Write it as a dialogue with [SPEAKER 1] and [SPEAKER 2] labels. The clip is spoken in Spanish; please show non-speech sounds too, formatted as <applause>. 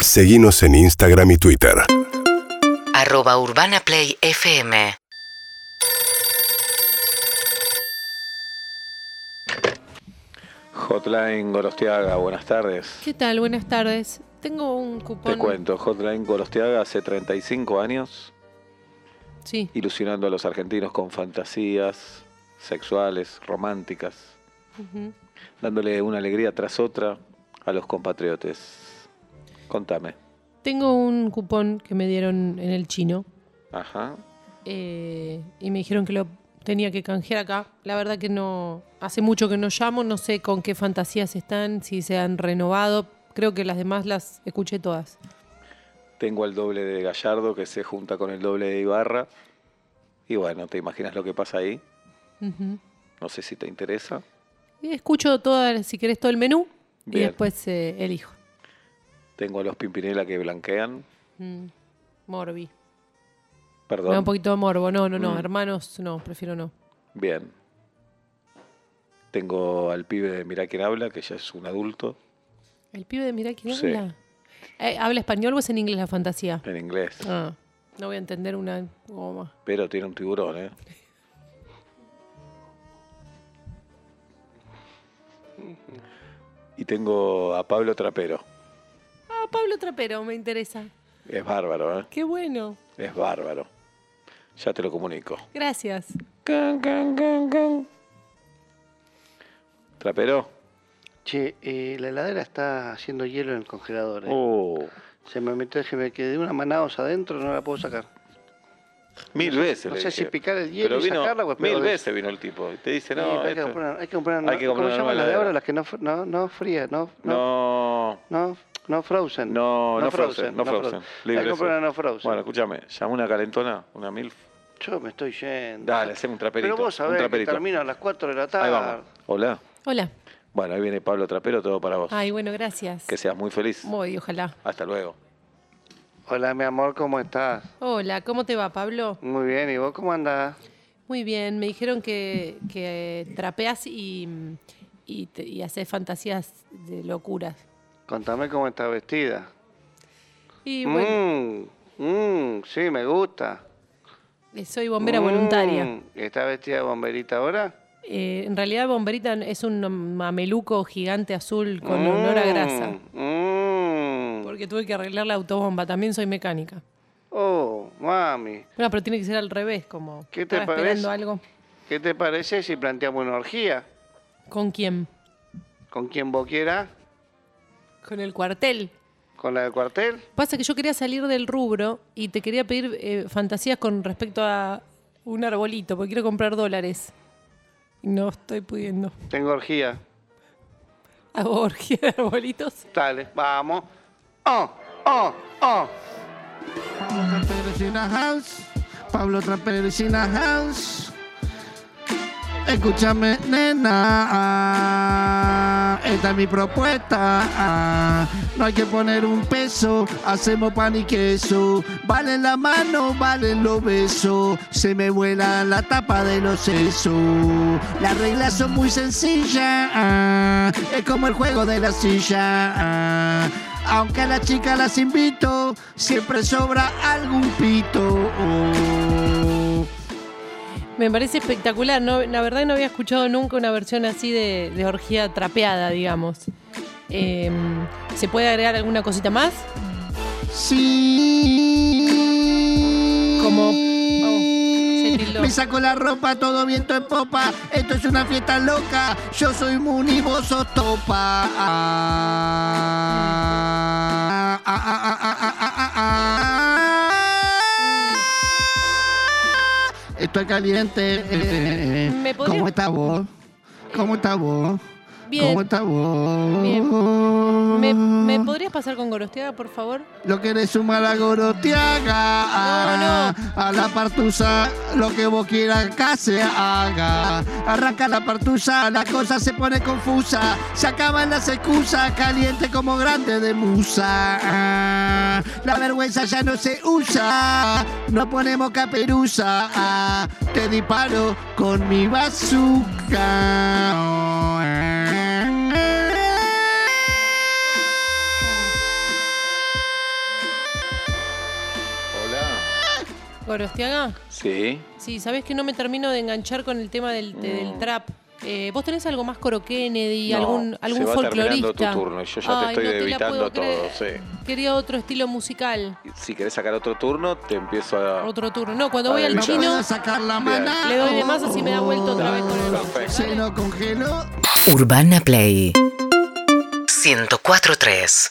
[SPEAKER 1] Seguimos en Instagram y Twitter.
[SPEAKER 2] arroba urbanaplayfm
[SPEAKER 3] Hotline Gorostiaga, buenas tardes.
[SPEAKER 4] ¿Qué tal? Buenas tardes. Tengo un cupón.
[SPEAKER 3] Te cuento, Hotline Gorostiaga hace 35 años,
[SPEAKER 4] Sí,
[SPEAKER 3] ilusionando a los argentinos con fantasías sexuales, románticas,
[SPEAKER 4] ujú.
[SPEAKER 3] dándole una alegría tras otra a los compatriotes. Contame.
[SPEAKER 4] Tengo un cupón que me dieron en el chino
[SPEAKER 3] Ajá.
[SPEAKER 4] eh, y me dijeron que lo tenía que canjear acá. La verdad que no. Hace mucho que no llamo, no sé con qué fantasías están, si se han renovado. Creo que las demás las escuché todas.
[SPEAKER 3] Tengo al doble de Gallardo que se junta con el doble de Ibarra. Y bueno, ¿te imaginas lo que pasa ahí?
[SPEAKER 4] Ujú.
[SPEAKER 3] No sé si te interesa.
[SPEAKER 4] Y Escucho todas, si querés, todo el menú y
[SPEAKER 3] Bien.
[SPEAKER 4] después eh, elijo.
[SPEAKER 3] Tengo a los Pimpinela que blanquean.
[SPEAKER 4] Mm, Morbi. Me
[SPEAKER 3] Perdón.
[SPEAKER 4] da un poquito de morbo. No, no, no.
[SPEAKER 3] Mm.
[SPEAKER 4] Hermanos, no, prefiero no.
[SPEAKER 3] Bien. Tengo al pibe de Mirá quién habla, que ya es un adulto,
[SPEAKER 4] El pibe de Mirá quién
[SPEAKER 3] Sí.
[SPEAKER 4] habla. Eh, ¿Habla español o es en inglés la fantasía?
[SPEAKER 3] en inglés.
[SPEAKER 4] Ah, no voy a entender una goma.
[SPEAKER 3] Pero tiene un tiburón, ¿eh? Y tengo a Pablo Trapero.
[SPEAKER 4] Ah, Pablo Trapero, me interesa.
[SPEAKER 3] Es bárbaro, ¿eh?
[SPEAKER 4] Qué bueno.
[SPEAKER 3] Es bárbaro. Ya te lo comunico.
[SPEAKER 4] Gracias.
[SPEAKER 3] Can, can, can, can. ¿Trapero?
[SPEAKER 5] Che, eh, la heladera está haciendo hielo en el congelador. eh.
[SPEAKER 3] Oh,
[SPEAKER 5] Se me metió, se me quedé una manaos adentro, no la puedo sacar.
[SPEAKER 3] mil veces.
[SPEAKER 5] no
[SPEAKER 3] le
[SPEAKER 5] sé si
[SPEAKER 3] dije.
[SPEAKER 5] picar el hielo
[SPEAKER 3] Pero
[SPEAKER 5] y
[SPEAKER 3] vino-
[SPEAKER 5] sacarla o esperar
[SPEAKER 3] Mil
[SPEAKER 5] a ver.
[SPEAKER 3] veces vino el tipo. Y te dice,
[SPEAKER 5] Sí,
[SPEAKER 3] no,
[SPEAKER 5] pero hay, que
[SPEAKER 3] esto-
[SPEAKER 5] comprar, hay que comprar,
[SPEAKER 3] hay que
[SPEAKER 5] ¿cómo
[SPEAKER 3] comprar
[SPEAKER 5] se
[SPEAKER 3] una
[SPEAKER 5] llaman las de
[SPEAKER 3] heladera.
[SPEAKER 5] ahora? Las que no, fr- no, no frías, no, no,
[SPEAKER 3] no.
[SPEAKER 5] no, no frozen.
[SPEAKER 3] No, no frozen, no frozen. Libre
[SPEAKER 5] Hay que
[SPEAKER 3] eso.
[SPEAKER 5] comprar una no frozen.
[SPEAKER 3] Bueno, escúchame, llamó una calentona, una milf.
[SPEAKER 5] Yo me estoy yendo.
[SPEAKER 3] Dale, haceme un traperito.
[SPEAKER 5] Pero vos
[SPEAKER 3] un
[SPEAKER 5] sabés que
[SPEAKER 3] traperito.
[SPEAKER 5] termino a las 4 de la
[SPEAKER 3] Ahí
[SPEAKER 5] tarde.
[SPEAKER 3] vamos. Hola.
[SPEAKER 4] Hola.
[SPEAKER 3] Bueno, ahí viene Pablo Trapero, todo para vos.
[SPEAKER 4] Ay, bueno, gracias.
[SPEAKER 3] Que seas muy feliz.
[SPEAKER 4] Voy, ojalá.
[SPEAKER 3] Hasta luego.
[SPEAKER 5] Hola, mi amor, ¿cómo estás?
[SPEAKER 4] Hola, ¿cómo te va, Pablo?
[SPEAKER 5] Muy bien, ¿y vos cómo andás?
[SPEAKER 4] Muy bien, me dijeron que, que trapeas y, y, te- y haces fantasías de locuras.
[SPEAKER 5] Contame cómo estás vestida.
[SPEAKER 4] Y bueno,
[SPEAKER 5] Mm, mm, sí, me gusta.
[SPEAKER 4] eh, soy bombera
[SPEAKER 5] Mm,
[SPEAKER 4] voluntaria.
[SPEAKER 5] ¿Estás vestida de bomberita ahora?
[SPEAKER 4] Eh, en realidad, bomberita es un mameluco gigante azul con olor a grasa.
[SPEAKER 5] Mm.
[SPEAKER 4] Porque tuve que arreglar la autobomba, también soy mecánica.
[SPEAKER 5] Oh, mami.
[SPEAKER 4] Bueno, pero tiene que ser al revés, como
[SPEAKER 5] ¿Qué te
[SPEAKER 4] estaba
[SPEAKER 5] parece?
[SPEAKER 4] esperando algo.
[SPEAKER 5] ¿Qué te parece si planteamos una orgía?
[SPEAKER 4] ¿Con quién?
[SPEAKER 5] ¿Con quien vos quieras?
[SPEAKER 4] Con el cuartel.
[SPEAKER 5] ¿Con la del cuartel?
[SPEAKER 4] Pasa que yo quería salir del rubro y te quería pedir eh, fantasías con respecto a un arbolito, porque quiero comprar dólares. Y No estoy pudiendo. <laughs>
[SPEAKER 5] Tengo orgía.
[SPEAKER 4] ¿Hago orgía de <laughs> arbolitos?
[SPEAKER 5] Dale, vamos. Oh, oh, oh.
[SPEAKER 6] Pablo Trapero is in the house. Pablo Trapero is in the house. Escúchame, nena. ah, Esta es mi propuesta. ah, No hay que poner un peso. Hacemos pan y queso. Vale la mano, valen los besos. Se me vuela la tapa de los sesos. Las reglas son muy sencillas. ah, Es como el juego de la silla. ah, Aunque a las chicas las invito, siempre sobra algún pito. oh.
[SPEAKER 4] Me parece espectacular. No, la verdad no había escuchado nunca una versión así de, de orgía trapeada, digamos. Eh, ¿Se puede agregar alguna cosita más?
[SPEAKER 6] Sí.
[SPEAKER 4] Como... vamos, se tildó.
[SPEAKER 6] Me saco la ropa, todo viento en popa. Esto es una fiesta loca. Yo soy Muni, vos sos topa. Ah, ah, ah, ah, ah, ah, ah, ah. Estoy caliente.
[SPEAKER 4] ¿Me podría-
[SPEAKER 6] ¿Cómo estás vos? ¿Cómo estás vos?
[SPEAKER 4] Bien.
[SPEAKER 6] ¿Cómo estás vos?
[SPEAKER 4] ¿Me, me
[SPEAKER 6] Mm.
[SPEAKER 4] podrías pasar con Gorostiaga, por favor?
[SPEAKER 6] Lo querés sumar a Gorostiaga.
[SPEAKER 4] No,
[SPEAKER 6] A la partusa, lo que vos quieras que se haga. Arranca la partusa, la cosa se pone confusa. Se acaban las excusas, caliente como grande de musa. Ah, La vergüenza ya no se usa. No ponemos caperuza. Ah, Te disparo con mi bazooka. Oh, ah, ah, ah.
[SPEAKER 4] Gorostiaga?
[SPEAKER 3] Sí.
[SPEAKER 4] Sí, sabés que no me termino de enganchar con el tema del, de- del
[SPEAKER 3] Mm.
[SPEAKER 4] trap. Eh, ¿Vos tenés algo más Coro Kennedy,
[SPEAKER 3] No,
[SPEAKER 4] algún,
[SPEAKER 3] se
[SPEAKER 4] algún
[SPEAKER 3] va terminando
[SPEAKER 4] folclorista?
[SPEAKER 3] tu turno y yo ya te estoy
[SPEAKER 4] la
[SPEAKER 3] debitando
[SPEAKER 4] puedo
[SPEAKER 3] todo,
[SPEAKER 4] creer. Quería otro estilo musical,
[SPEAKER 3] Si querés sacar otro turno, te empiezo a.
[SPEAKER 4] otro turno. No, cuando voy
[SPEAKER 3] Ah,
[SPEAKER 4] al
[SPEAKER 3] debitando.
[SPEAKER 4] chino,
[SPEAKER 6] Puedo sacar la
[SPEAKER 3] Bien.
[SPEAKER 6] mano.
[SPEAKER 4] le doy de más así me da vuelta otra vez con el
[SPEAKER 3] Perfecto.
[SPEAKER 6] Se nos congeló.
[SPEAKER 2] Urbana Play 104.3